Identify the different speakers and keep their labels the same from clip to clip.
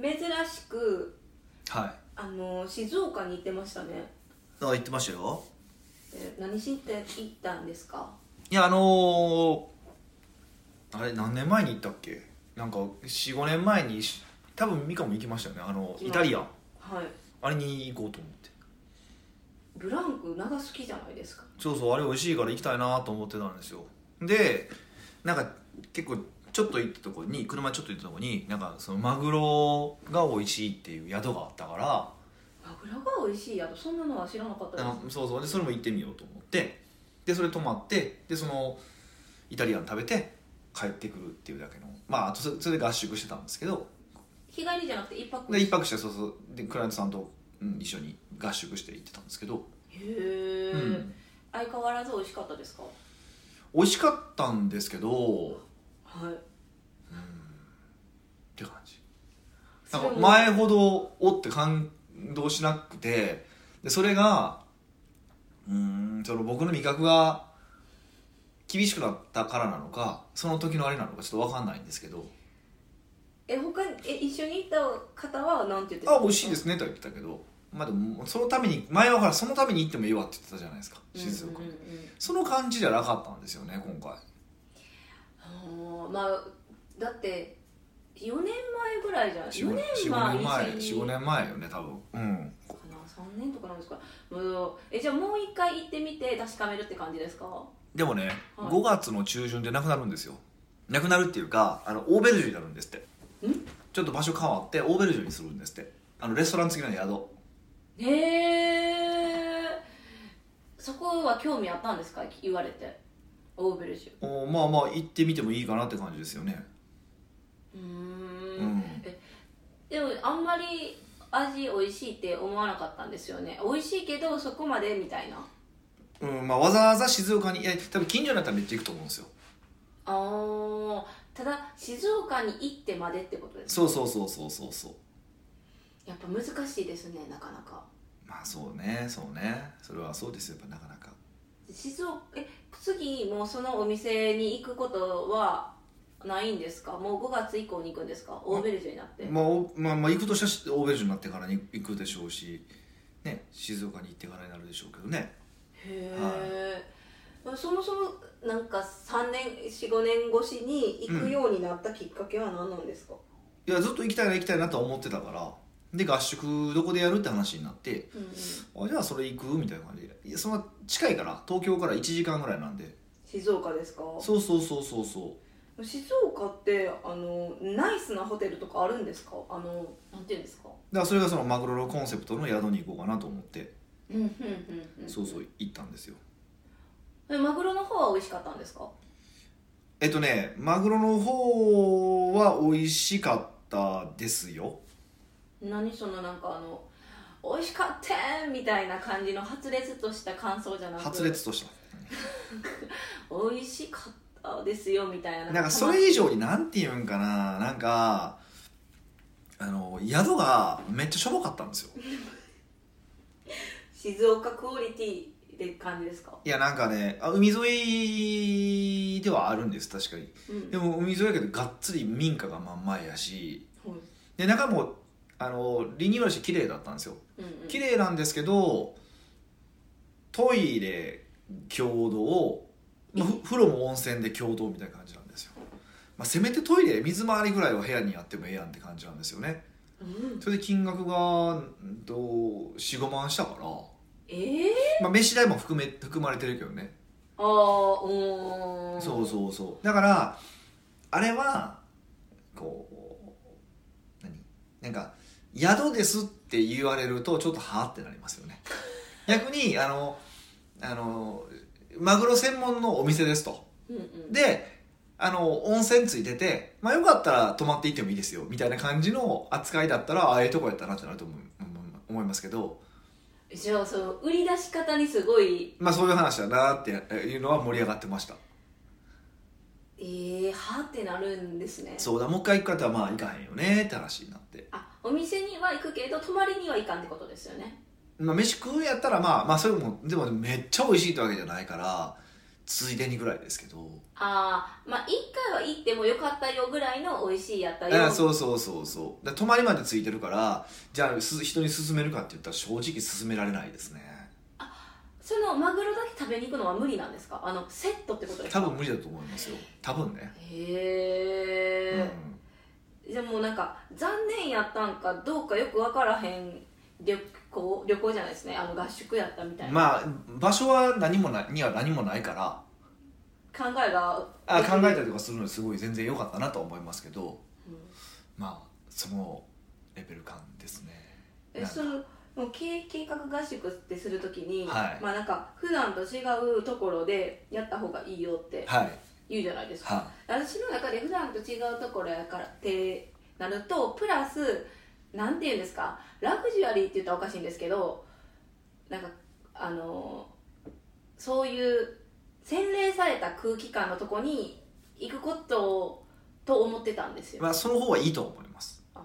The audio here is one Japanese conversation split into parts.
Speaker 1: 珍しく
Speaker 2: はい
Speaker 1: あの静岡に行ってましたね
Speaker 2: あ言ってましたよ
Speaker 1: え何しに行って行ったんですか
Speaker 2: いやあのー、あれ何年前に行ったっけなんか45年前にし多分ミカも行きましたよねあの
Speaker 1: 行き
Speaker 2: イ
Speaker 1: ました
Speaker 2: タリアン
Speaker 1: はい
Speaker 2: あれに行こうと思って
Speaker 1: ブランク長好きじゃないですか
Speaker 2: そうそうあれ美味しいから行きたいなと思ってたんですよでなんか結構ちょっと行ったとこに車ちょっと行ったとこになんかそのマグロが美味しいっていう宿があったから
Speaker 1: マグロが美味しいやとそんなのは知らなかったで
Speaker 2: あのそうそうでそれも行ってみようと思ってでそれ泊まってでそのイタリアン食べて帰ってくるっていうだけのまああとそそれで合宿してたんですけど
Speaker 1: す日帰りじゃなくて一泊
Speaker 2: で一泊してそうそうでクライアントさんと、うん一緒に合宿して行ってたんですけど、
Speaker 1: へえ、
Speaker 2: うん、
Speaker 1: 相変わらず美味しかったですか
Speaker 2: 美味しかったんですけど
Speaker 1: はい
Speaker 2: って感じ
Speaker 1: そ
Speaker 2: なん
Speaker 1: れ
Speaker 2: か
Speaker 1: も
Speaker 2: 前ほどおって感動しなくてでそれがうーんその僕の味覚が厳しくなったからなのかその時のあれなのかちょっと分かんないんですけど
Speaker 1: え他にえ一緒に行った方はなんて言って
Speaker 2: 「
Speaker 1: た
Speaker 2: あ美味しいですね」とは言ってたけど、まあ、でもそのために前はほらそのために行ってもいいわって言ってたじゃないですか静岡、
Speaker 1: うんうんうん
Speaker 2: その感じじゃなかったんですよね今回
Speaker 1: あーまあだって4年前ぐらいじゃない4
Speaker 2: 45
Speaker 1: 年
Speaker 2: 年前
Speaker 1: 前
Speaker 2: 45年前よね多分
Speaker 1: か
Speaker 2: うん
Speaker 1: な3年とかなんですかもうえじゃあもう一回行ってみて確かめるって感じですか
Speaker 2: でもね、
Speaker 1: はい
Speaker 2: 5月の中旬でなくなるんですよなくなるっていうかあのオーベルジュになるんですって
Speaker 1: ん
Speaker 2: ちょっと場所変わってオーベルジュにするんですってあのレストラン付きの宿
Speaker 1: へえそこは興味あったんですか言われてオーベルジ
Speaker 2: おまあまあ行ってみてもいいかなって感じですよね
Speaker 1: ュうー
Speaker 2: うんん、
Speaker 1: でもあんまり味美味しいって思わなかったんですよね美味しいけどそこまでみたいな
Speaker 2: うんまあ、わざわざ静岡にいや多分近所になったらめっちゃ行くと思うんですよ
Speaker 1: あーただ静岡に行ってまでってことです
Speaker 2: そうそうそうそうそうそう
Speaker 1: やっぱ難しいですねなかなか
Speaker 2: まあそうねそうねそれはそうですよやっぱなかなか
Speaker 1: 静岡え次もうそのお店に行くことはないんですかもう5月以降に行くんですかオーベルジュになって
Speaker 2: まあ、おまあ、まあ行くとしたらしオーベルジュになってからに行くでしょうしね静岡に行ってからになるでしょうけどね
Speaker 1: へえ、そもそもなんか3年45年越しに行くようになったきっかけは何なんですか、
Speaker 2: いやずっと行きたいな行きたいなとは思ってたからで合宿どこでやるって話になって
Speaker 1: うんうん
Speaker 2: あじゃあそれ行くみたいな感じでいやそんな近いから東京から1時間ぐらいなんで
Speaker 1: 静岡ですか
Speaker 2: そうそうそうそうそ
Speaker 1: 静岡ってあのナイスなホテルとかあるんですかあのなんていうんですか
Speaker 2: うだからそれがそのマグロのコンセプトの宿に行こうかなと思って
Speaker 1: うんうんうんうん
Speaker 2: そうそう行ったんですよ
Speaker 1: えマグロの方は美味しかったんですか
Speaker 2: えっとねマグロの方は美味しかったですよ
Speaker 1: 何そのなんかあの美味しかったみたいな感じの発烈とした感想じゃなく
Speaker 2: 発熱とした
Speaker 1: 美味しかったですよみたいな
Speaker 2: なんかそれ以上になんて言うんかななんかあの宿がめっちゃしょぼかったんですよ
Speaker 1: 静岡クオリティって感じですか、
Speaker 2: いやなんかねあ海沿いではあるんです確かに
Speaker 1: うん
Speaker 2: でも海沿いやけどがっつり民家が真ん前やし
Speaker 1: はい
Speaker 2: で中もあのリニューアルして綺麗だったんですよ
Speaker 1: うんうん
Speaker 2: 綺麗なんですけどトイレ共同、まあふ風呂も温泉で共同みたいな感じなんですよ、まあ、せめてトイレ水回りぐらいは部屋にあってもええやんって感じなんですよね
Speaker 1: うん
Speaker 2: それで金額がうんと45万したから、
Speaker 1: ええ
Speaker 2: まあ、飯代も含め含まれてるけどね
Speaker 1: ああうん
Speaker 2: そうそうそうだからあれはこう何なんか「宿です」って言われるとちょっとはあってなります よね逆にあのあのマグロ専門のお店ですと
Speaker 1: う、うんうん、
Speaker 2: であの温泉ついてて、まあ、よかったら泊まっていってもいいですよみたいな感じの扱いだったらああいうとこやったなってなると思う思う思いますけど、
Speaker 1: じゃあその売り出し方にすごい
Speaker 2: まあ、そういう話だなっていうのは盛り上がってました
Speaker 1: ええはってなるんですね
Speaker 2: そうだもう一回行く方はまあ行かへんよねって話になって
Speaker 1: あお店には行くけど泊まりには行かんってことですよね
Speaker 2: まあ、飯食うんやったらまあまあそれもでもめっちゃ美味しいってわけじゃないからついでにぐらいですけど
Speaker 1: ああまあ一回は行ってもよかったよぐらいの美味しいやったよ
Speaker 2: あそうそうそうそうで泊まりまでついてるからじゃあす人に勧めるかって言ったら正直勧められないですね
Speaker 1: そのマグロだけ食べに行くのは無理なんですかあのセットってことです
Speaker 2: 多
Speaker 1: か
Speaker 2: 分無理だと思いますよ多分ね、
Speaker 1: へえ、じゃあもうなんか残念やったんかどうかよく分からへん旅行旅行じゃないですねあの合宿やったみたい
Speaker 2: うん、
Speaker 1: な、
Speaker 2: まあ場所は何もなには何もないから
Speaker 1: 考えが
Speaker 2: あ考えた
Speaker 1: た、
Speaker 2: りとかするのですごい全然良かったなとは思いますけど
Speaker 1: うん
Speaker 2: まあそのレベル感ですね
Speaker 1: え
Speaker 2: なんか
Speaker 1: そのもう計計画合宿ってするときに、
Speaker 2: はい
Speaker 1: まあなんか普段と違うところでやった方がいいよって
Speaker 2: はい
Speaker 1: 言うじゃないですか、
Speaker 2: は
Speaker 1: 私の中で普段と違うところやからってなるとプラスなんて言うんですかラグジュアリーって言ったらおかしいんですけどなんかあのそういう洗練された空気感のとこに行くことと思ってたんです
Speaker 2: い
Speaker 1: よ、
Speaker 2: まあその方がいいと思います
Speaker 1: あ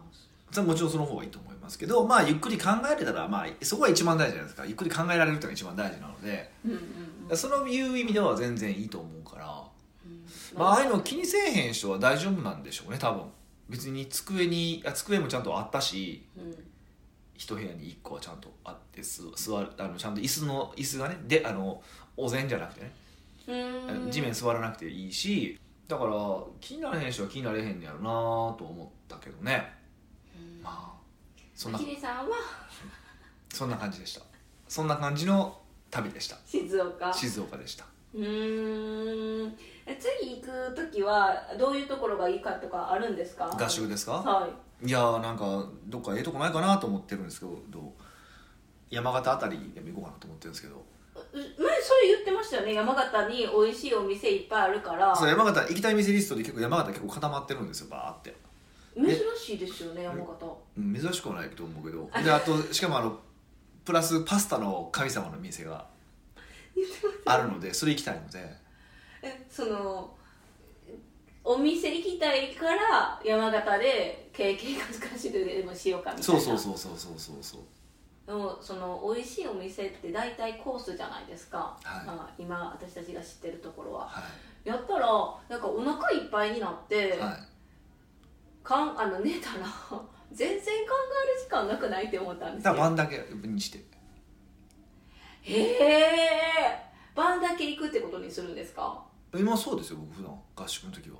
Speaker 2: それはもちろんその方がいいと思いますけどまあゆっくり考えれたらまあそこが一番大事じゃないですかゆっくり考えられるっていうのが一番大事なので
Speaker 1: うんうんうん
Speaker 2: そのいう意味では全然いいと思うから
Speaker 1: うん
Speaker 2: まあああいうの気にせえへん人は大丈夫なんでしょうね多分別に机にあ机もちゃんとあったし
Speaker 1: うん
Speaker 2: 一部屋に一個はちゃんとあってす座るあのちゃんと椅子の椅子がねであのお膳じゃなくてね
Speaker 1: うーん
Speaker 2: 地面座らなくていいしだから気になれへん人は気になれへんのやろなと思ったけどね
Speaker 1: うん
Speaker 2: まあそんな
Speaker 1: キリさんは
Speaker 2: そんな感じでしたそんな感じの旅でした
Speaker 1: 静岡
Speaker 2: 静岡でした
Speaker 1: うーんえ次行く時はどういうところがいいかとかあるんですか
Speaker 2: 合宿ですか
Speaker 1: はい
Speaker 2: やーなんかどっかええとこないかなと思ってるんですけどどう山形あたりでも行こうかなと思ってるんですけど
Speaker 1: いう前それ言ってましたよね山形に美味しいお店いっぱいあるから
Speaker 2: そう山形行きたい店リストで結構山形結構固まってるんですよバーって
Speaker 1: 珍しいですよね山形
Speaker 2: うん珍しくはないと思うけどであとしかもあのプラスパスタの神様の店が
Speaker 1: 言ってます
Speaker 2: あるのでそれ行きたいので
Speaker 1: えそのお店行きたいから山形で経験が難しいでもしようかみたいな
Speaker 2: そうそうそうそうそうそうそう
Speaker 1: でもその美味しいお店って大体コースじゃないですか、
Speaker 2: はい
Speaker 1: まあ今私たちが知ってるところは
Speaker 2: は
Speaker 1: やったらなんかお腹いっぱいになって、
Speaker 2: い、はい、
Speaker 1: かんあの寝たら 全然考える時間なくないって思ったんです
Speaker 2: だから
Speaker 1: よ
Speaker 2: 晩だけにして
Speaker 1: へえ晩だけ行くってことにするんですか
Speaker 2: 今そうですよ僕普段合宿の時は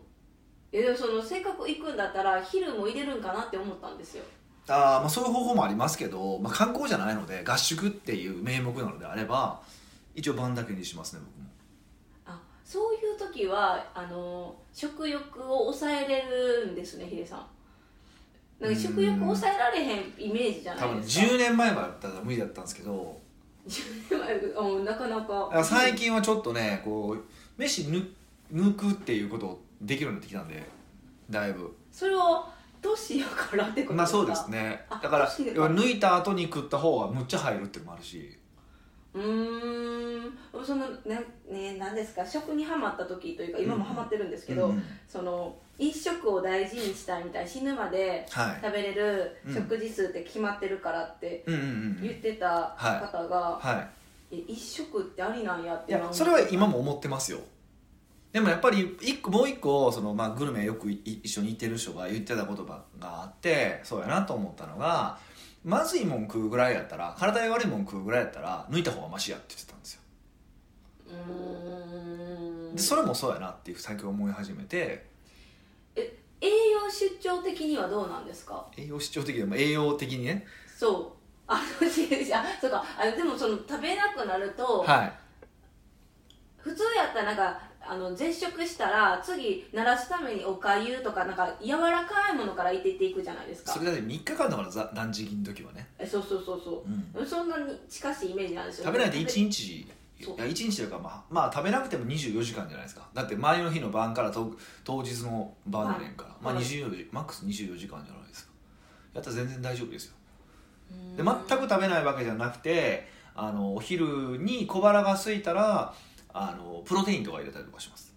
Speaker 1: えでもそのせっかく行くんだったら昼も入れるんかなって思ったんですよ
Speaker 2: あーまあそういう方法もありますけど、まあ、観光じゃないので合宿っていう名目なのであれば一応晩だけにしますね僕も
Speaker 1: あそういう時はあの食欲を抑えれるんですねヒデさんなんか食欲を抑えられへんイメージじゃな
Speaker 2: 多
Speaker 1: い
Speaker 2: 分
Speaker 1: ですか
Speaker 2: 10年前はだったら無理だったんですけど
Speaker 1: 10年前うんなかなか
Speaker 2: 最近はちょっとねこう飯抜抜くっていうことをできるようになってきたんでだいぶ
Speaker 1: それは年やからってことですか
Speaker 2: まあそうですねだから
Speaker 1: あそうですか
Speaker 2: 要は抜いた後に食った方がむっちゃ入るっていうのもあるし
Speaker 1: うーんそのなね何ですか食にはまった時というか今もはまってるんですけど、
Speaker 2: うん
Speaker 1: その一食を大事にしたいみたい死ぬまで
Speaker 2: はい
Speaker 1: 食べれる食事数って決まってるからって
Speaker 2: うんうんうんう
Speaker 1: 言っ
Speaker 2: ん
Speaker 1: てた方が、
Speaker 2: はい
Speaker 1: え一食ってありなんやっ
Speaker 2: い
Speaker 1: て
Speaker 2: やそれは今も思ってますよでもやっぱり一個もう一個その、まあ、グルメよくい一緒に行ってる人が言ってた言葉があってそうやなと思ったのがまずいもん食うぐらいやったら体に悪いもん食うぐらいやったら抜いた方がマシやって言ってたんですよ
Speaker 1: うーん
Speaker 2: でそれもそうやなっていう最近思い始めて
Speaker 1: 栄養出張的にはどうなんですか
Speaker 2: 栄養失調的でも栄養的にね
Speaker 1: そうあのあそうかあのでもその食べなくなると、
Speaker 2: はい
Speaker 1: 普通やったらなんかあの絶食したら次鳴らすためにおかゆとかなんか柔らかいものからいっていっていくじゃないですか
Speaker 2: それだって3日間だからざ断食の時はね、
Speaker 1: えそうそうそうそ
Speaker 2: うん、
Speaker 1: うそんなに近しいイメージなんですよ
Speaker 2: 食べないで
Speaker 1: 一
Speaker 2: 1日い
Speaker 1: そう
Speaker 2: や1日というか、まあ、まあ食べなくても24時間じゃないですかだって前の日の晩からと当日の晩やねんから、まあ、
Speaker 1: はい
Speaker 2: 24時マックス24時間じゃないですかやったら全然大丈夫ですよ
Speaker 1: で
Speaker 2: で全く食べないわけじゃなくてあのお昼に小腹が空いたらあのプロテインとか入れたりとかします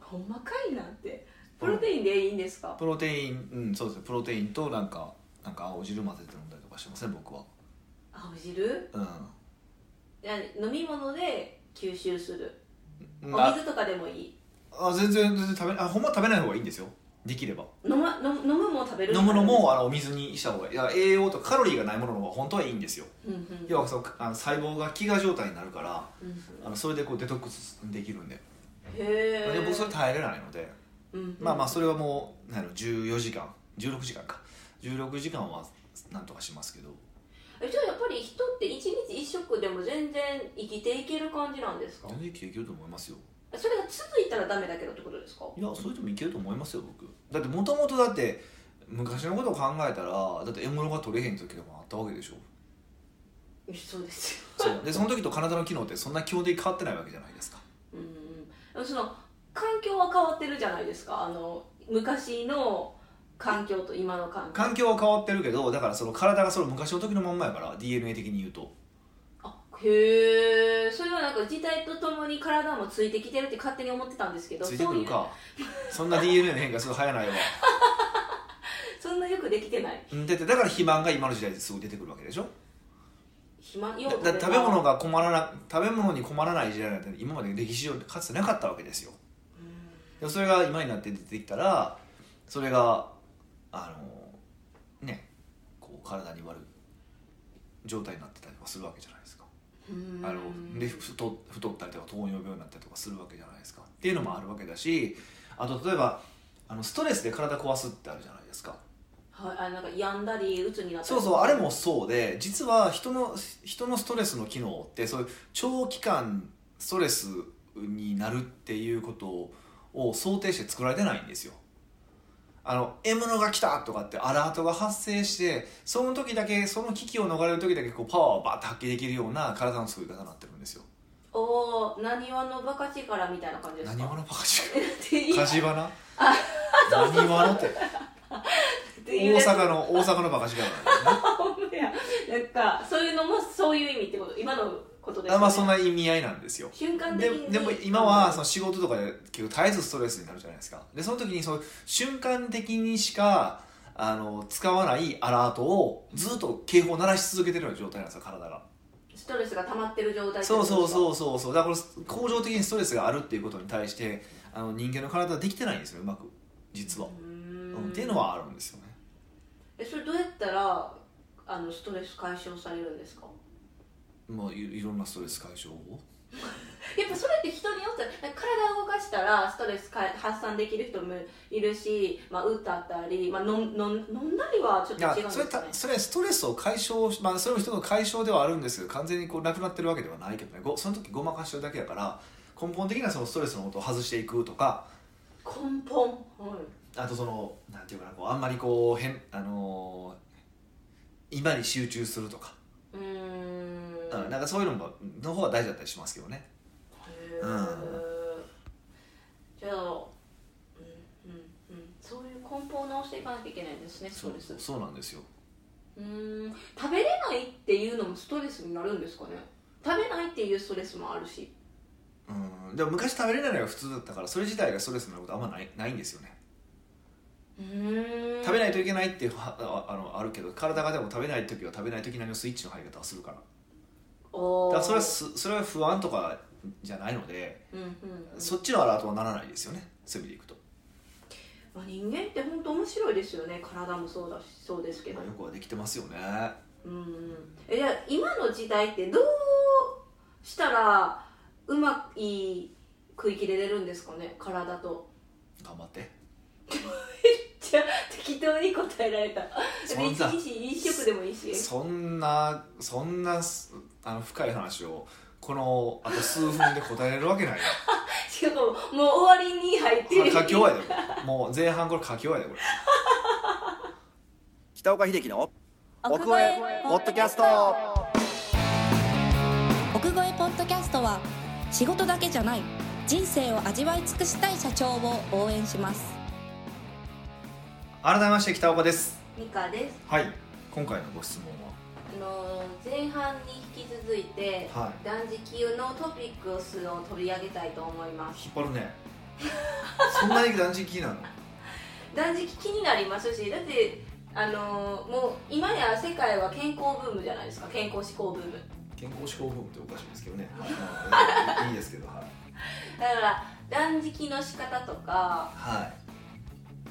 Speaker 1: ほんまかいなってプロテインでいいんですか
Speaker 2: プロテインうんそうですねプロテインとなんかなんか青汁混ぜて飲んだりとかしてますね僕は
Speaker 1: 青汁
Speaker 2: うん
Speaker 1: いや飲み物で吸収する
Speaker 2: うん
Speaker 1: お
Speaker 2: あ
Speaker 1: 水とかでもいい
Speaker 2: あ全然全然食べあほんま食べない方がいいんですよできれば
Speaker 1: 飲,、ま、飲む飲むも食べる
Speaker 2: 飲むのもあのお水にした方がいいいや栄養とかカロリーがないものの方が本当はいいんですよ
Speaker 1: うんうん
Speaker 2: 要はそのあの細胞が飢餓状態になるから
Speaker 1: うんうん
Speaker 2: あのそれでこうデトックスできるんで
Speaker 1: へえ
Speaker 2: で僕それ耐えれないのでまあまあそ
Speaker 1: れ
Speaker 2: れはもうなんやろ14時間16時間か16時間はなんとかしますけど
Speaker 1: じゃあやっぱり人って一日一食でも全然生きていける感じなんですか
Speaker 2: 全然いけると思いますよ
Speaker 1: それが続いたらダメだけどってことですか
Speaker 2: いやそれでもいけると思いますよ僕だってもともとだって昔のことを考えたらだって獲物が取れへん時とかもあったわけでしょ
Speaker 1: そうですよ
Speaker 2: そうでその時と体の機能ってそんな基本的に変わってないわけじゃないですか
Speaker 1: うんでもその環境は変わってるじゃないですかあの昔の環境と今の環境
Speaker 2: 環境は変わってるけどだからその体がその昔の時のまんまやから DNA 的に言うと
Speaker 1: あへえそれはなんか時代とともに体もついてきてるって勝手に思ってたんですけど
Speaker 2: ついてくるかそんな DNA の変化する早ないわ
Speaker 1: そういうそんなよくできてない
Speaker 2: うんだってだから肥満が今の時代ですぐ出てくるわけでしょ
Speaker 1: 暇よ
Speaker 2: だ
Speaker 1: う
Speaker 2: だって食べ物が困らな食べ物に困らない時代なんて今まで歴史上かつてなかったわけですよでもそれが今になって出てきたらそれがあのねこう体に悪い状態になってたりとかするわけじゃないですか
Speaker 1: うん
Speaker 2: あので太太ったりとか糖尿病になったりとかするわけじゃないですかっていうのもあるわけだしあと例えばあのストレスで体壊すってあるじゃないですか
Speaker 1: はいあなんか病んだり鬱になった
Speaker 2: そ
Speaker 1: り
Speaker 2: うそうあれもそうで実は人の人のストレスの機能ってそういう長期間ストレスになるっていうことを想定して作られてないんですよ。あの獲物が来たとかってアラートが発生してその時だけその危機を逃れる時だけこうパワーをバッと発揮できるような体の作り方になってるんですよ。
Speaker 1: おおなにわのバカ力みたいな感じですか
Speaker 2: 何話のバカし
Speaker 1: って言
Speaker 2: か
Speaker 1: う
Speaker 2: じばな何話のって
Speaker 1: って言う
Speaker 2: 大
Speaker 1: やつ
Speaker 2: 阪の大阪のバカしばな
Speaker 1: ほんまやなんかそういうのもそういう意味ってこと今のことです
Speaker 2: あ
Speaker 1: よね
Speaker 2: まあそんな意味合いなんですよ。
Speaker 1: 瞬間的
Speaker 2: で
Speaker 1: に
Speaker 2: でも今はその仕事とかで結構絶えずストレスになるじゃないですかでその時にその瞬間的にしかあの使わないアラートをずっと警報を鳴らし続けてるような状態なんですよ体が
Speaker 1: ストレスが溜まってる状態
Speaker 2: そうそう
Speaker 1: う
Speaker 2: そうそうそうだからこれ恒常的にストレスがあるっていうことに対してあの人間の体はできてないんですようまく実は、
Speaker 1: う
Speaker 2: うん
Speaker 1: ん
Speaker 2: っていうのはあるんですよね
Speaker 1: えそれどうやったらあのストレス解消されるんですか
Speaker 2: まあいいろんなストレス解消法
Speaker 1: やっぱそれって人によってなんか体を動かしたらストレスか発散できる人もいるし、まあ、歌ったり、まあ、飲ん飲ん飲んだりはちょっ
Speaker 2: い
Speaker 1: と違うん
Speaker 2: や
Speaker 1: です
Speaker 2: そ
Speaker 1: か
Speaker 2: れ
Speaker 1: ね
Speaker 2: たそれストレスを解消し、まあ、それも一つの解消ではあるんですけど完全にこうなくなってるわけではないけどねごその時ごまかしてるだけだから根本的なそのストレスのことを外していくとか
Speaker 1: 根本、はい
Speaker 2: あとそのなんていうかなこうあんまりこう変、あのー今に集中するとか、
Speaker 1: うーん
Speaker 2: うんなんかそういうのもの方が大事だったりしますけどね
Speaker 1: へー
Speaker 2: うん
Speaker 1: じゃあ、うんうんうん、そういう梱包を直していかなきゃいけないんですねストレス
Speaker 2: そうそうなんですよ
Speaker 1: うーん食べれないっていうのもストレスになるんですかね食べないっていうストレスもあるし
Speaker 2: うんでも昔食べれないのが普通だったからそれ自体がストレスになることあんまないないんですよね
Speaker 1: うーん
Speaker 2: 食べないといけないっていうはああのあるけど体がでも食べない時は食べない時なりのスイッチの入り方をするから
Speaker 1: おー
Speaker 2: だからそれはすそれは不安とかじゃないので、
Speaker 1: うんうんうん
Speaker 2: そっちのアラートはならないですよねそういう意味でいくと、
Speaker 1: まあ、人間って本当面白いですよね体もそうだしそうですけど
Speaker 2: まあ、よくはできてますよね
Speaker 1: うんうんえじゃあ今の時代ってどうしたらうまい食い切れれるんですかね体と
Speaker 2: 頑張って
Speaker 1: じゃあ適当に答えられた
Speaker 2: そんな
Speaker 1: 一日一食でもいいし
Speaker 2: そんなそんなすあの深い話をこのあと数分で答えれるわけ ないよ
Speaker 1: しかももう終わりに入ってる
Speaker 2: か書き終わりだよもう前半これ書き終わりだよ これ北岡秀樹の
Speaker 3: 奥越えポッドキャスト奥越えポッドキャストは仕事だけじゃない人生を味わい尽くしたい社長を応援します
Speaker 2: 改めまして北岡です
Speaker 1: ミカです
Speaker 2: はい今回のご質問
Speaker 1: あの前半に引き続いて
Speaker 2: はは
Speaker 1: 断食級のトピックスを取り上げたいと思います
Speaker 2: 引っ 張るねそんなに断食なの
Speaker 1: 断食気になりますしだってあのもう今や世界は健康ブームじゃないですか健康志向ブーム
Speaker 2: 健康志向ブームっておかしいですけどね、はい、いいですけどはい、
Speaker 1: だから断食の仕方とか
Speaker 2: は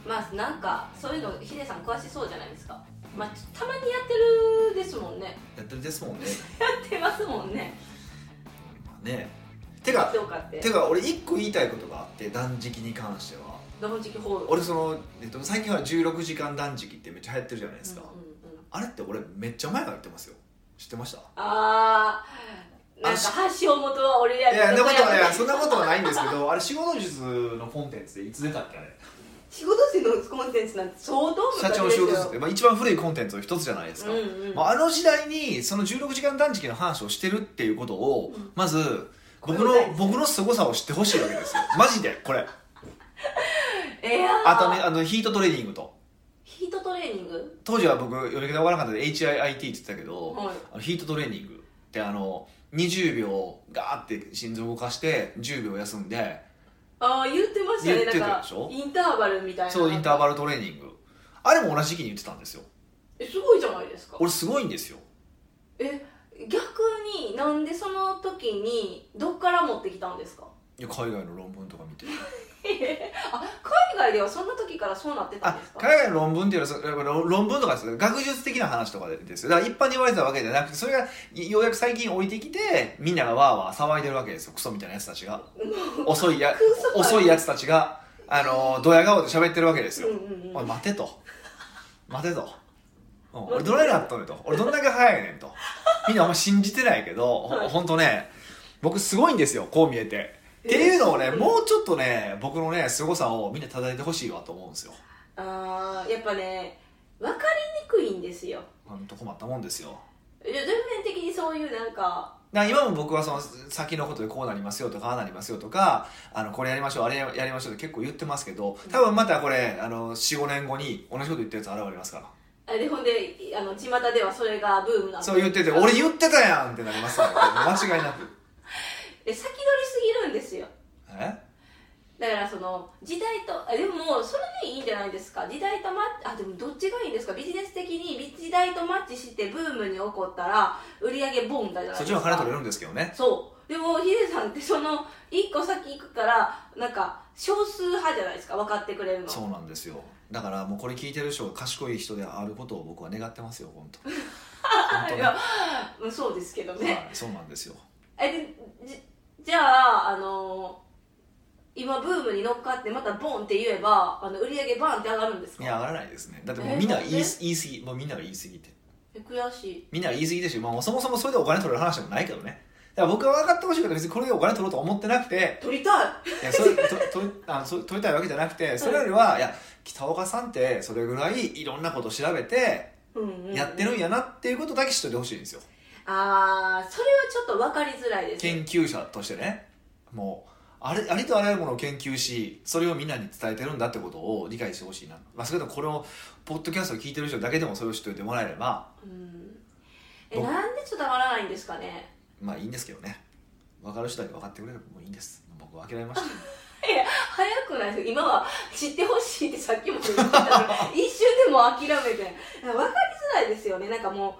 Speaker 2: い、
Speaker 1: まあなんかそういうのヒデさん詳しそうじゃないですかまあたまにやってるですもんね
Speaker 2: やってるですもんね
Speaker 1: やってますもんね
Speaker 2: ねてか
Speaker 1: 評価って
Speaker 2: てか俺一個言いたいことがあって断食に関しては
Speaker 1: 断食法
Speaker 2: 俺その、えっと、最近は16時間断食ってめっちゃ流行ってるじゃないですか、
Speaker 1: うんうんうん
Speaker 2: あれって俺めっちゃ前から言ってますよ知ってました
Speaker 1: あーなんか発祥元は俺や
Speaker 2: い
Speaker 1: け
Speaker 2: やそんな
Speaker 1: ど
Speaker 2: ことは
Speaker 1: こ
Speaker 2: い
Speaker 1: れ
Speaker 2: やそんなことはないんですけどあれ仕事術のコンテンツでいつ出たっけあれ
Speaker 1: 仕事室のコンテンツなんて相当昔
Speaker 2: 社長の
Speaker 1: です
Speaker 2: 仕
Speaker 1: よ
Speaker 2: 事術って、まあ、一番古いコンテンツの一つじゃないですか、
Speaker 1: うんうん
Speaker 2: まあ、あの時代にその16時間断食の話をしてるっていうことを、
Speaker 1: うん
Speaker 2: まず
Speaker 1: これ
Speaker 2: 僕の
Speaker 1: 大事
Speaker 2: 僕の凄さを知ってほしいわけですよマジでこれ
Speaker 1: いやー
Speaker 2: あとねあのヒートトレーニングと
Speaker 1: ヒートトレーニング
Speaker 2: 当時は僕読み方わからなかったんで HIIT って言ってたけど、
Speaker 1: はい
Speaker 2: あのヒートトレーニングってあの20秒ガーって心臓動かして10秒休んで
Speaker 1: ああ言ってましたね
Speaker 2: 言ってた
Speaker 1: なんか
Speaker 2: でしょ
Speaker 1: インターバルみたいな
Speaker 2: そうインターバルトレーニングあれも同じ時期に言ってたんですよ
Speaker 1: えすごいじゃないですか
Speaker 2: 俺すごいんですよ
Speaker 1: え逆になんでその時にどっから持ってきたんですか
Speaker 2: いや海外の論文とか見て
Speaker 1: あ海外ではそんな時からそうなってたん
Speaker 2: あ
Speaker 1: ですか
Speaker 2: 海外の論文っていうのはそ論論文とかです学術的な話とかですよだから一般に言われてたわけじゃなくてそれがいようやく最近降りてきてみんながわーわー騒いでるわけですよクソみたいなやつたち が遅いや
Speaker 1: クソ
Speaker 2: 遅いやつたちがあのードヤ顔で喋ってるわけですよ、
Speaker 1: うんうんうん
Speaker 2: おい待てと待てと、うん俺どれやっとると俺どんだけ早いねんとみんなお前信じてないけど、ほ
Speaker 1: はい
Speaker 2: ほんとね僕すごいんですよこう見えてっていうのをね、もうちょっとね僕のね凄さをみんな叩いてほしいわと思うんですよ
Speaker 1: あーやっぱね分かりにくいんですよ
Speaker 2: 本当困ったもんですよ
Speaker 1: いや全面的にそういうなんか
Speaker 2: だから今も僕はその先のことでこうなりますよとかああなりますよとかあのこれやりましょうあれやりましょうって結構言ってますけど多分またこれあの45年後に同じこと言ったやつ現れますか
Speaker 1: あれほんであの巷ではそれがブームな
Speaker 2: ら
Speaker 1: ん
Speaker 2: そう言ってて俺言ってたやんってなりますから間違いなく
Speaker 1: え先取りすぎるんですよ
Speaker 2: え
Speaker 1: だからその時代とあでももうそれでいいんじゃないですか時代とマッチあでもどっちがいいんですかビジネス的に時代とマッチしてブームに起こったら売り上げボンだじゃないで
Speaker 2: そっ
Speaker 1: す
Speaker 2: ちの
Speaker 1: か
Speaker 2: 金取れるんですけどね
Speaker 1: そうでもヒデさんってその一個先行くからなんか少数派じゃないですか分かってくれるの
Speaker 2: そうなんですよだからもうこれ聞いてる人が賢い人であることを僕は願ってますよ本 当本当
Speaker 1: い
Speaker 2: ね
Speaker 1: やうんそうですけどね、
Speaker 2: はいそうなんですよ
Speaker 1: えでじじゃあ、あのー今ブームに乗っかってまたボンって言えばあの売り上げバンって上がるんですか
Speaker 2: いや上がらないですねだってもうみんな言い言い過ぎもうみんなが言い過ぎて
Speaker 1: え悔しい
Speaker 2: みんなが言い過ぎでしょ、まあ、そもそもそれでお金取れる話でもないけどねだから僕は分かってほしいけど別にこれでお金取ろうと思ってなくて
Speaker 1: 取りたい
Speaker 2: いやそれとと あのそ取りたいわけじゃなくてそれよりは、いや北岡さんってそれぐらいいろんなこと調べて
Speaker 1: うんうん
Speaker 2: やってるんやなっていうことだけ知っておいてほしいんですよ
Speaker 1: ああそれはちょっと分かりづらいです
Speaker 2: 研究者としてねもうあれありとあらゆるものを研究しそれをみんなに伝えてるんだってことを理解してほしいな、まあ、それともこれをポッドキャストを聞いてる人だけでもそれを知っておいてもらえれば
Speaker 1: うんえなんで伝わらないんですかね
Speaker 2: まあいいんですけどね分かる人だけ分かってくれればもういいんです僕は諦めました
Speaker 1: 早くないですか今は知ってほしいってさっきも言ってたから 一瞬でも諦めて分かりづらいですよねなんかもう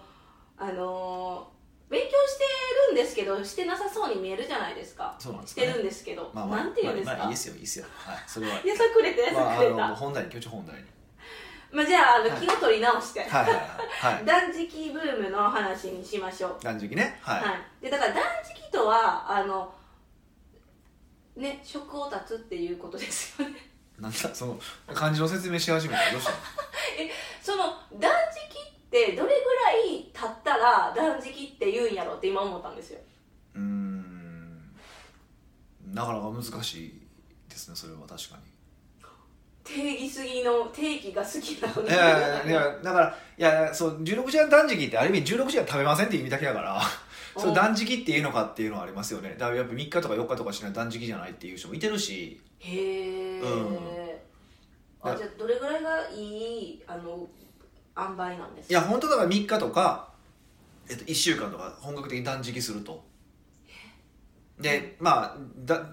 Speaker 1: あのー勉強してるんですけどしてなさそうに見えるじゃないですか
Speaker 2: そうなんです
Speaker 1: し
Speaker 2: かね
Speaker 1: てるんですけど、
Speaker 2: まあまあ、
Speaker 1: なんて言うんですか、
Speaker 2: まあ、まあいいですよいいですよはいそれは
Speaker 1: いやさくれてさ
Speaker 2: まああ
Speaker 1: くれ
Speaker 2: の
Speaker 1: た、
Speaker 2: もう
Speaker 1: ま
Speaker 2: 本題に挙手本題に
Speaker 1: あ、じゃああの、
Speaker 2: はい
Speaker 1: 気を取り直して、
Speaker 2: はいはいはいはい
Speaker 1: 断食ブームの話にしましょう
Speaker 2: 断食ねはい、
Speaker 1: はい、でだから断食とはあのね食を断つっていうことですよね
Speaker 2: なんだその漢字の説明し始めたらどうしたの
Speaker 1: その断食ってどれぐらい経ったら断食って言うんやろって今思ったんですよ
Speaker 2: うーんなかなか難しいですねそれは確かに
Speaker 1: 定義すぎの定義が好きなの
Speaker 2: い
Speaker 1: に
Speaker 2: やいやいやだからいやそう16時間断食ってある意味16時間食べませんっていう意味だけだから
Speaker 1: お
Speaker 2: そう断食っていうのかっていうのはありますよねだからやっぱ3日とか4日とかしない断食じゃないっていう人もいてるし
Speaker 1: へえ、
Speaker 2: うん
Speaker 1: あじゃあどれぐらいがいいあの塩梅なんです
Speaker 2: い
Speaker 1: か
Speaker 2: や本当だから3日とか、えっと、1週間とか本格的に断食するとでまあだ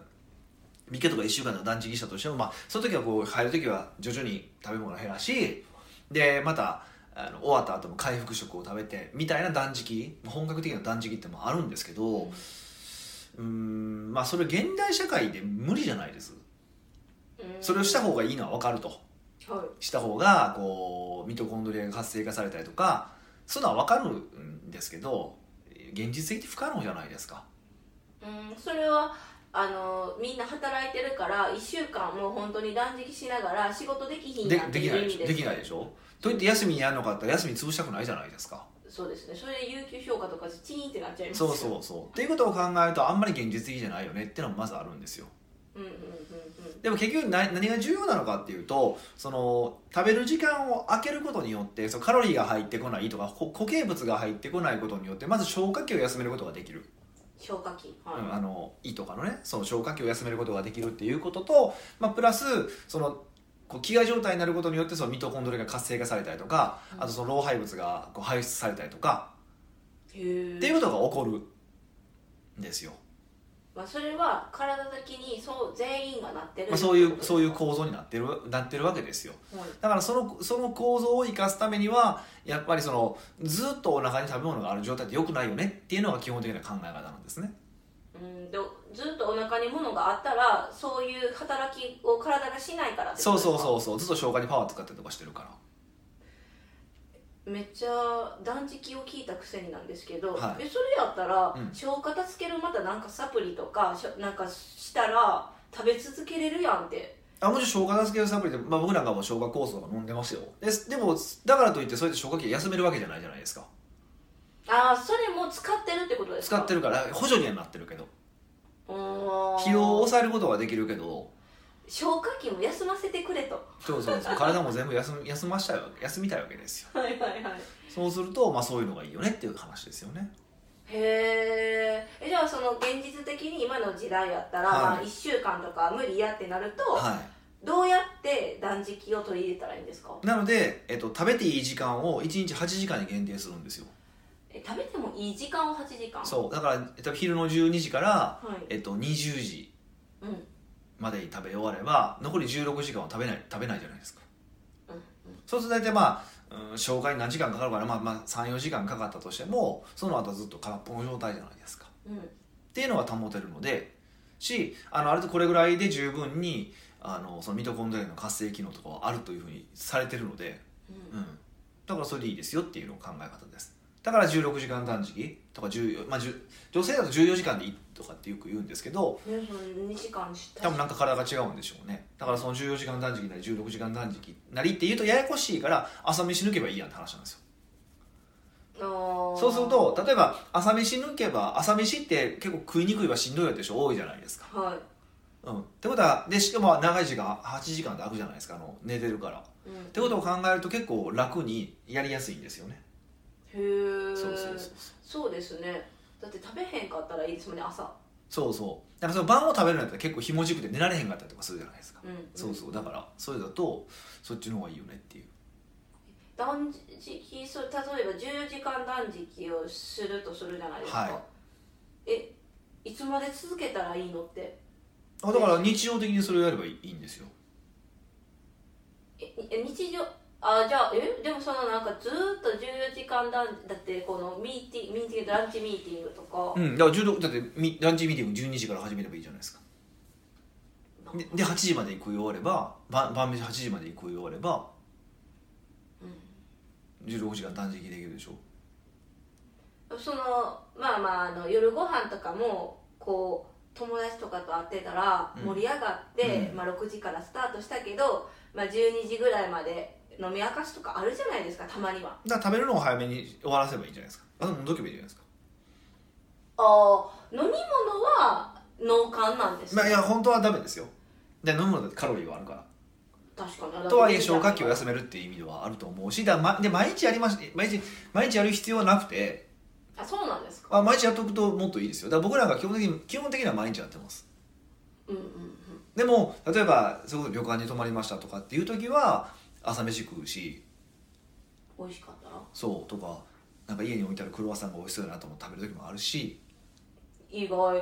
Speaker 2: 3日とか1週間の断食したとしても、まあ、その時はこう入る時は徐々に食べ物を減らしでまたあの終わった後も回復食を食べてみたいな断食本格的な断食ってもあるんですけどうーんまあそれ現代社会で無理じゃないです
Speaker 1: うん
Speaker 2: それをした方がいいのは分かると
Speaker 1: はい
Speaker 2: した方がこうミトコンドリアが活性化されたりとかそういうのは分かるんですけど現実的に不可能じゃないですか
Speaker 1: うん、それはあのみんな働いてるから1週間もう本当に断食しながら仕事できひん
Speaker 2: で
Speaker 1: なって
Speaker 2: でき
Speaker 1: い
Speaker 2: な
Speaker 1: う意
Speaker 2: いで
Speaker 1: 味
Speaker 2: し
Speaker 1: で
Speaker 2: ょ
Speaker 1: す
Speaker 2: できないでしょと言って休みにやるのかって言ったら休み潰したくないじゃないですか
Speaker 1: そうですねそれで有給消化とかチーンってなっちゃいます
Speaker 2: そ
Speaker 1: よ
Speaker 2: うそうそうっていうことを考えるとあんまり現実的じゃないよねっていうのもまずあるんですよ
Speaker 1: うんうんうん
Speaker 2: でも結局何何が重要なのかっていうとその食べる時間を空けることによってそのカロリーが入ってこないとかこ固形物が入ってこないことによってまず消化器を休めることができる、
Speaker 1: 消化器はい、
Speaker 2: うんあの胃とかのねその消化器を休めることができるっていうことと、まあ、プラスそのこう飢餓状態になることによってそのミトコンドリアが活性化されたりとかあとその老廃物がこう排出されたりとか
Speaker 1: へえ
Speaker 2: っていうことが起こるんですよ、
Speaker 1: まあ、それは体だけにそう全員がなってる
Speaker 2: まあ、そういうそういう
Speaker 1: こ
Speaker 2: 構造になってるなってるわけですよ
Speaker 1: うはい
Speaker 2: だからそのその構造を生かすためにはやっぱりそのずっとお腹に食べ物がある状態ってよくないよねっていうのが基本的な考え方なんですね
Speaker 1: うん、でずっとお腹に物があったらそういう働きを体がしないからってこと
Speaker 2: そう
Speaker 1: ですか
Speaker 2: そうそうそうずっと消化にパワー使ったりとかしてるから
Speaker 1: めっちゃ断食を聞いたくせになんですけど、
Speaker 2: はい
Speaker 1: えそれやったら、
Speaker 2: うん
Speaker 1: 消化助けるまたなんかサプリとかしょなんかしたら食べ続けれるやんって
Speaker 2: あもちろん消化助けるサプリで、まあ、僕なんかも消化酵素とか飲んでますよですでもだからといってそうやって消化器休めるわけじゃないじゃないですか
Speaker 1: ああそれも使ってるってことですか
Speaker 2: 使ってるから補助にはなってるけど
Speaker 1: うーん
Speaker 2: 疲労を抑えることはできるけど
Speaker 1: 消化器も休ませてくれと
Speaker 2: そうそうそう体も全部休み休ましたよ休みたいわけですよ
Speaker 1: はいはいはい
Speaker 2: そうすると、まあ、そういうのがいいよねっていう話ですよね
Speaker 1: へーえじゃあその現実的に今の時代やったら、
Speaker 2: はい
Speaker 1: まあ、1週間とか無理やってなると、
Speaker 2: は
Speaker 1: どうやって断食を取り入れたらいいんですか
Speaker 2: いなので、えっと、食べていい時間を1日8時間に限定するんですよ
Speaker 1: え食べてもいい時間を8時間
Speaker 2: そうだから、えっと、昼の12時から、
Speaker 1: はい、
Speaker 2: えっと、20時
Speaker 1: うんうん
Speaker 2: までに食べ終われば残り16時間は食べない食べないじゃないですか
Speaker 1: うん
Speaker 2: そうすると大体まあ、うん、消化に何時間かかるから、まあ、まあ34時間かかったとしてもその後ずっと空っぽの状態じゃないですか
Speaker 1: うん
Speaker 2: っていうのは保てるのでしあのあるとこれぐらいで十分にあのそのミトコンドリアの活性機能とかはあるというふうにされてるので、
Speaker 1: う
Speaker 2: うんん、だからそれでいいですよっていうの考え方ですだから16時間断食とか14、まあ、10女性だと14時間でいいとかってよく言うんですけど
Speaker 1: でもその2時間した
Speaker 2: 多分なんか体が違うんでしょうねだからその14時間断食なり16時間断食なりって言うとややこしいから朝飯抜けばいいやんって話なんですよそ
Speaker 1: そう
Speaker 2: すると例えば朝飯抜けば朝飯って結構食いにくいはしんどいよって人多いじゃないですか
Speaker 1: は
Speaker 2: うん、ってことはでしかも長い時間8時間で空くじゃないですかあの寝てるからっ
Speaker 1: い、うん、
Speaker 2: てことを考えると結構楽にやりやすいんですよね
Speaker 1: へえ
Speaker 2: そうそうそう
Speaker 1: そうですねだって食べへんかったらいいですもんね朝
Speaker 2: そうそうだからその晩を食べるのやったら結構ひもじくて寝られへんかったりとかするじゃないですか、
Speaker 1: うん
Speaker 2: そうそうだからそれだとそっちの方がいいよねっていう
Speaker 1: 断食そう例えば14時間断食をするとするじゃないですか、
Speaker 2: は
Speaker 1: えいつまで続けたらいいのって
Speaker 2: あだから日常的にそれをやればいいんですよ
Speaker 1: ええ日常あじゃあえでもそのなんかずーっと14時間断だってこのミーティングミーティングランチミーティングとか、
Speaker 2: うんだから16だってみランチミーティング12時から始めればいいじゃないですかでで8時までに食い終われば晩晩飯8時までに食い終われば16時間断食できるでしょ
Speaker 1: そのまあまああの夜ご飯とかもこう友達とかと会ってたら
Speaker 2: うん
Speaker 1: 盛り上がって、
Speaker 2: うん
Speaker 1: まあ、6時からスタートしたけど、まあ、12時ぐらいまで飲み明かしとかあるじゃないですかたまには
Speaker 2: だから食べるのを早めに終わらせばいいんじゃないですかあともうどけばいいじゃないですか
Speaker 1: あー飲み物は農館なんです
Speaker 2: まあ、いや
Speaker 1: ね
Speaker 2: 本当はダメですよで飲むのだってカロリーはあるから
Speaker 1: 確かにだって
Speaker 2: とはいえ消化器を休めるっていう意味ではあると思うしだからま、で毎日やりまし毎日毎日やる必要はなくて、
Speaker 1: あそうなんですか
Speaker 2: まあ、毎日やっとくともっといいですよだから僕らが基本的に基本的には毎日やってます
Speaker 1: うんうんうん
Speaker 2: でも例えばそういうこと旅館に泊まりましたとかっていう時は朝飯食うし
Speaker 1: 美味しかったら
Speaker 2: そうとかなんか家に置いてあるクロワッサンが美味しそうだなと思って食べる時もあるし
Speaker 1: 意 外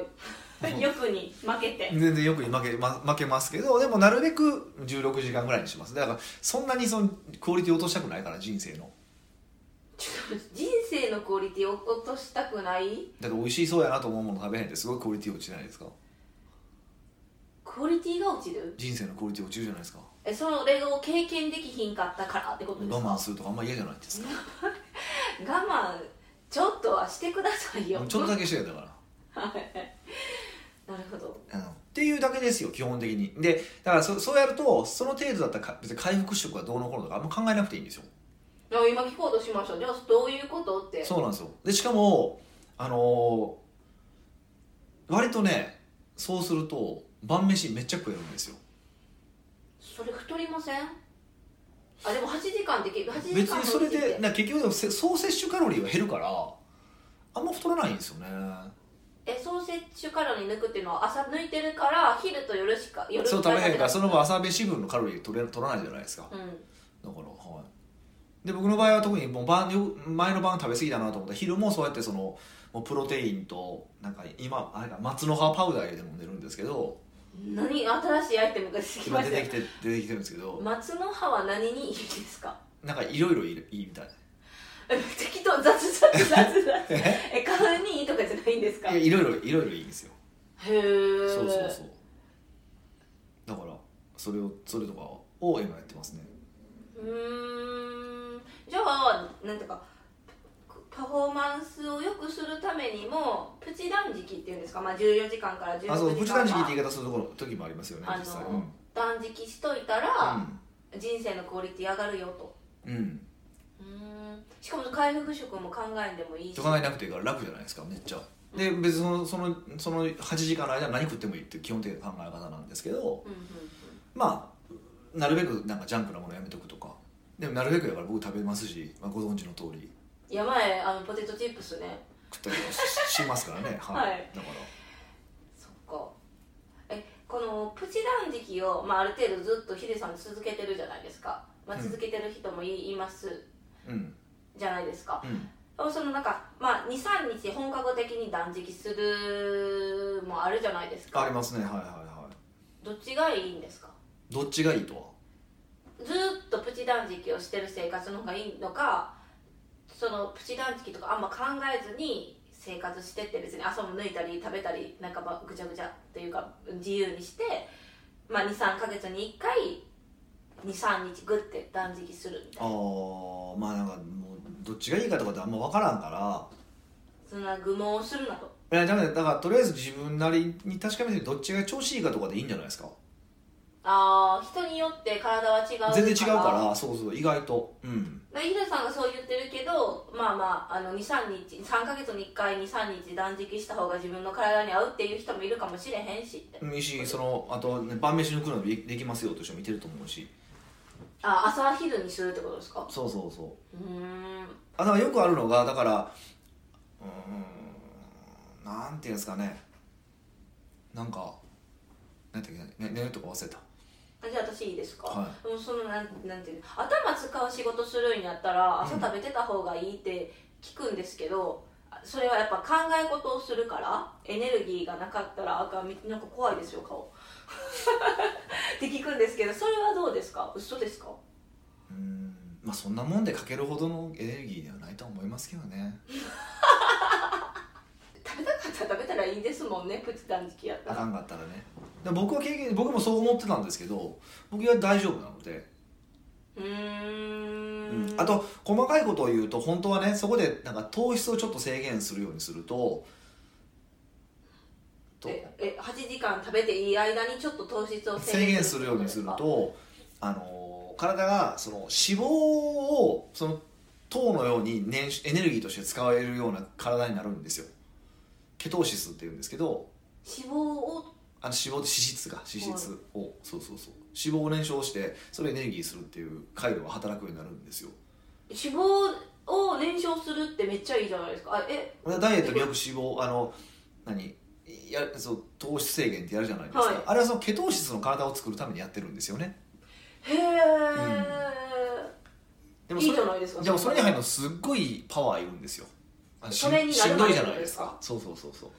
Speaker 1: 欲に負けて
Speaker 2: 全然よくに負け,、ま、負けますけどでもなるべく16時間ぐらいにしますだからそんなにそのクオリティ落としたくないから人生の
Speaker 1: 人生のクオリティを落としたくない
Speaker 2: だって美味しそうやなと思うもの食べへんってすごいクオリティ落ちないですか
Speaker 1: クオリティが落ちる
Speaker 2: 人生のクオリティ落ちるじゃないですか
Speaker 1: えそれを経験できひんかったからってことですか
Speaker 2: 我慢するとかあんま嫌じゃないですか
Speaker 1: 我慢ちょっとはしてくださいよ
Speaker 2: ちょっとだけしてやだから
Speaker 1: なるほど
Speaker 2: あのっていうだけですよ基本的にでだからそそうやるとその程度だったらか別に回復食がどうのこうのとかあんま考えなくていいんですよ
Speaker 1: でも今聞こうとしましたじゃあどういうことって
Speaker 2: そうなんですよでしかもあのー割とねそうすると晩飯めっちゃ食えるんですよ
Speaker 1: それ太りませんあでも8時間できる8時間
Speaker 2: 別にそれ
Speaker 1: のうち
Speaker 2: で
Speaker 1: って
Speaker 2: な結局でもせ総摂取カロリーは減るからあんま太らないんですよね
Speaker 1: えソーセージカロリー抜くっていうのは朝抜いてるから昼と夜しか夜
Speaker 2: そう
Speaker 1: し
Speaker 2: 食べへん
Speaker 1: て
Speaker 2: から
Speaker 1: な
Speaker 2: その分朝飯分のカロリー取れ取らないじゃないですか
Speaker 1: うん
Speaker 2: だからはいで僕の場合は特にもう晩よ前の晩食べ過ぎだなと思ったら昼もそうやってそのもうプロテインとなんか今あれか松の葉パウダー入れて飲んでるんですけど
Speaker 1: 何新しいアイテムが出てき
Speaker 2: 今
Speaker 1: ま
Speaker 2: 出
Speaker 1: してた
Speaker 2: きて出てきてるんですけど
Speaker 1: 松の葉は何にいいですか
Speaker 2: なんかいろいろいいみたい
Speaker 1: え適当雑雑雑雑
Speaker 2: え
Speaker 1: え顔にいいとかじゃないんですか
Speaker 2: いや
Speaker 1: へえ
Speaker 2: いろいろいろいろいいんですよそうそうそうだからそれをそれとかを今やってますね
Speaker 1: うーんじゃあなんていうかパパフォーマンスを良くするためにもプチ断食っていうんですか、まあ、14時間から16時間
Speaker 2: あそうプチ断食って言い
Speaker 1: い
Speaker 2: 方するところ時もありますよね
Speaker 1: あ
Speaker 2: 実際
Speaker 1: の、断食しといたら、人生のクオリティ上がるよと
Speaker 2: うん、うん、
Speaker 1: うーんしかも回復食も考えんでもいいし
Speaker 2: と考えなくていいから楽じゃないですかめっちゃで別にそのそのその8時間の間何食ってもいいっていう基本的な考え方なんですけど
Speaker 1: うんうんうん
Speaker 2: まあなるべくなんかジャンクなものやめとくとかでもなるべくだから僕食べますし、まあ、ご存知の通り
Speaker 1: いや前あのポテトチップスね
Speaker 2: 食ったりはししますから ねはい、
Speaker 1: はい
Speaker 2: だか
Speaker 1: そっかえこのプチ断食を、まあ、ある程度ずっとヒデさん続けてるじゃないですか、まあ、
Speaker 2: うん
Speaker 1: 続けてる人もい,、います
Speaker 2: らうん
Speaker 1: じゃないですか
Speaker 2: うん
Speaker 1: そのなんか、まあ、23日本格的に断食するもあるじゃないです
Speaker 2: あり
Speaker 1: か
Speaker 2: ますねはいはいは
Speaker 1: どっちがいいんですか
Speaker 2: いどっちがいいとは
Speaker 1: ずっとプチ断食をしてる生活の方がいいのかそのプチ断食とかあんま考えずに生活してって別に朝も抜いたり食べたりなんかまあぐちゃぐちゃというか自由にして、まあ、23か月に1回23日グッて断食するみたいな
Speaker 2: あーまあなんかもうどっちがいいかとかってあんま分からんから
Speaker 1: そんな愚問をするなと
Speaker 2: いやダメだだからとりあえず自分なりに確かめてどっちが調子いいかとかでいいんじゃないですか
Speaker 1: ああ人によって体は違う
Speaker 2: 全然違うからそうそう意外とうん
Speaker 1: まあヒデさんがそう言ってるけどまあまああの23日3か月に1回23日断食した方が自分の体に合うっていう人もいるかもしれへんしって
Speaker 2: いいしそのあと、ね、晩飯抜くのでできますよとしてもいてると思うし
Speaker 1: あ朝昼にするってことですか
Speaker 2: そうそうそう
Speaker 1: うーん
Speaker 2: あだからよくあるのがだからうーんなんていうんですかねなんかなんていうかね寝るとか忘れた
Speaker 1: あじゃあ私いいですか、
Speaker 2: は
Speaker 1: でもそのなんなんていうの頭使う仕事するんやったら朝食べてた方がいいって聞くんですけど、それはやっぱ考え事をするからエネルギーがなかったらあかんみなんか怖いですよ顔 って聞くんですけどそれはどうですか嘘ですか
Speaker 2: うーんまあそんなもんでかけるほどのエネルギーではないと思いますけどね
Speaker 1: 食べたかったら食べたらいいですもんねプチ断食やった
Speaker 2: あ
Speaker 1: ら
Speaker 2: かんかったらねで僕は経験僕もそう思ってたんですけど僕は大丈夫なので、
Speaker 1: うー
Speaker 2: うん
Speaker 1: ん
Speaker 2: あと細かいことを言うと本当はねそこでなんか糖質をちょっと制限するようにするとと
Speaker 1: ええ8時間食べていい間にちょっと糖質を
Speaker 2: 制限するようにするとあの体がその脂肪をその糖のように燃焼エネルギーとして使えるような体になるんですよケトーシスっていうんですけど
Speaker 1: 脂肪を
Speaker 2: あの脂肪と脂質が脂質を、そうそうそう脂肪を燃焼してそれをエネルギーするっていう回路が働くようになるんですよ
Speaker 1: 脂肪を燃焼するってめっちゃいいじゃないですかあえ
Speaker 2: ダイエットによく脂肪あの何やそう糖質制限ってやるじゃないですか、
Speaker 1: はい
Speaker 2: あれはそのケトーシスの体を作るためにやってるんですよね
Speaker 1: へえ、
Speaker 2: でも
Speaker 1: い
Speaker 2: そ
Speaker 1: いじ
Speaker 2: れ
Speaker 1: ゃないですか
Speaker 2: でもそれに入るのすっごいパワーいるんですよあのし
Speaker 1: それにな
Speaker 2: し
Speaker 1: る
Speaker 2: ん
Speaker 1: ま
Speaker 2: ど
Speaker 1: で
Speaker 2: いじゃないですかそうそうそうそう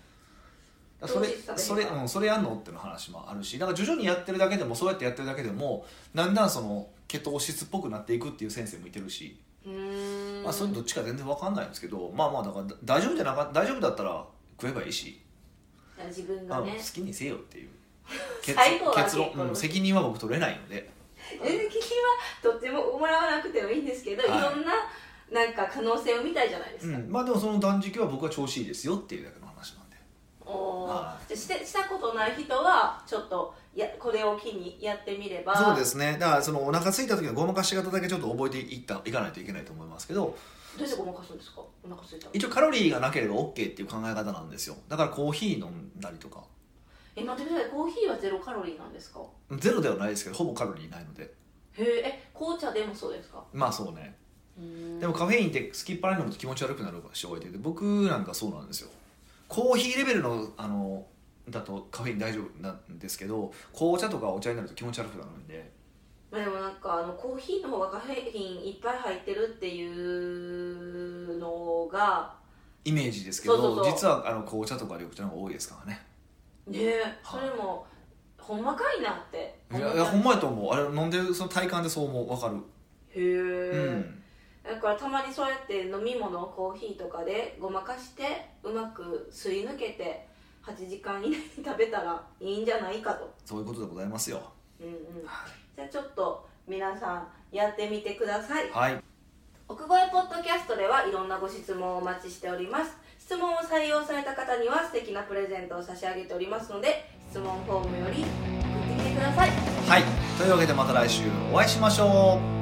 Speaker 2: だからそれ
Speaker 1: どうして食べる
Speaker 2: それ,、うん、それやんのっていう話もあるしだから徐々にやってるだけでもそうやってやってるだけでもだんだんそのケトーシスっぽくなっていくっていう先生もいてるし
Speaker 1: うーん
Speaker 2: まあ、それどっちか全然わかんないんですけどまあまあだからだ大丈夫じゃなか大丈夫だったら食えばいいし、
Speaker 1: だから自分が
Speaker 2: あの好
Speaker 1: ね
Speaker 2: きにせ よっていう結
Speaker 1: 最後は
Speaker 2: 結論、
Speaker 1: 結構
Speaker 2: うん責任は僕取れないので
Speaker 1: 全然聞きはとってももらわなくてもいいんですけど、
Speaker 2: はい
Speaker 1: い、ろんななんか可能性を見たいじゃないですか、
Speaker 2: うん、まあでもその断食は僕は調子いいですよっていうだけの話なんで
Speaker 1: おー
Speaker 2: は
Speaker 1: じゃあしてしたことない人はちょっとやこれを機にやってみれば
Speaker 2: そうですすねだからそのお腹空いた時のごまかし方だけちょっと覚えていったいかないといけないと思いますけど
Speaker 1: どうしてごまかすんですかお腹空いたら
Speaker 2: 一応カロリーがなければ OK っていう考え方なんですよだからコーヒー飲んだりとか
Speaker 1: え待ってくださいコーヒーはゼロカロリーなんですか
Speaker 2: ゼロではないですけどほぼカロリーないので
Speaker 1: へーえ紅茶でもそうですか
Speaker 2: まあそうねで
Speaker 1: で
Speaker 2: もカフェインって好きっぱらに飲むと気持ち悪くなる人がいてて僕なんかそうなんですよコーヒーレベルのあのだとカフェイン大丈夫なんですけど紅茶とかお茶になると気持ち悪くなるんで
Speaker 1: まあ、でもなんかあのコーヒーの方がカフェインいっぱい入ってるっていうのが
Speaker 2: イメージですけど
Speaker 1: そうそうそう
Speaker 2: 実はあの紅茶とか緑茶の方が多いですからね
Speaker 1: ねえ
Speaker 2: は
Speaker 1: そ
Speaker 2: い
Speaker 1: れもほんまかいなって
Speaker 2: い
Speaker 1: 思っ
Speaker 2: やい
Speaker 1: ちゃ
Speaker 2: や
Speaker 1: う
Speaker 2: ほんまやと思うあれ飲んでるその体感でそう思う分かる
Speaker 1: へえ、
Speaker 2: うん
Speaker 1: だからたまにそうやって飲み物をコーヒーとかでごまかしてうまくすり抜けて8時間以内に食べたらいいんじゃないかと、
Speaker 2: そういうことでございますよ
Speaker 1: うんうん、
Speaker 2: は
Speaker 1: じゃあちょっと皆さんやってみてください
Speaker 2: はい
Speaker 1: 奥越ポッドキャストではいろんなご質問をお待ちしております質問を採用された方には素敵なプレゼントを差し上げておりますので質問フォームより送ってきてください
Speaker 2: はいというわけでまた来週お会いしましょう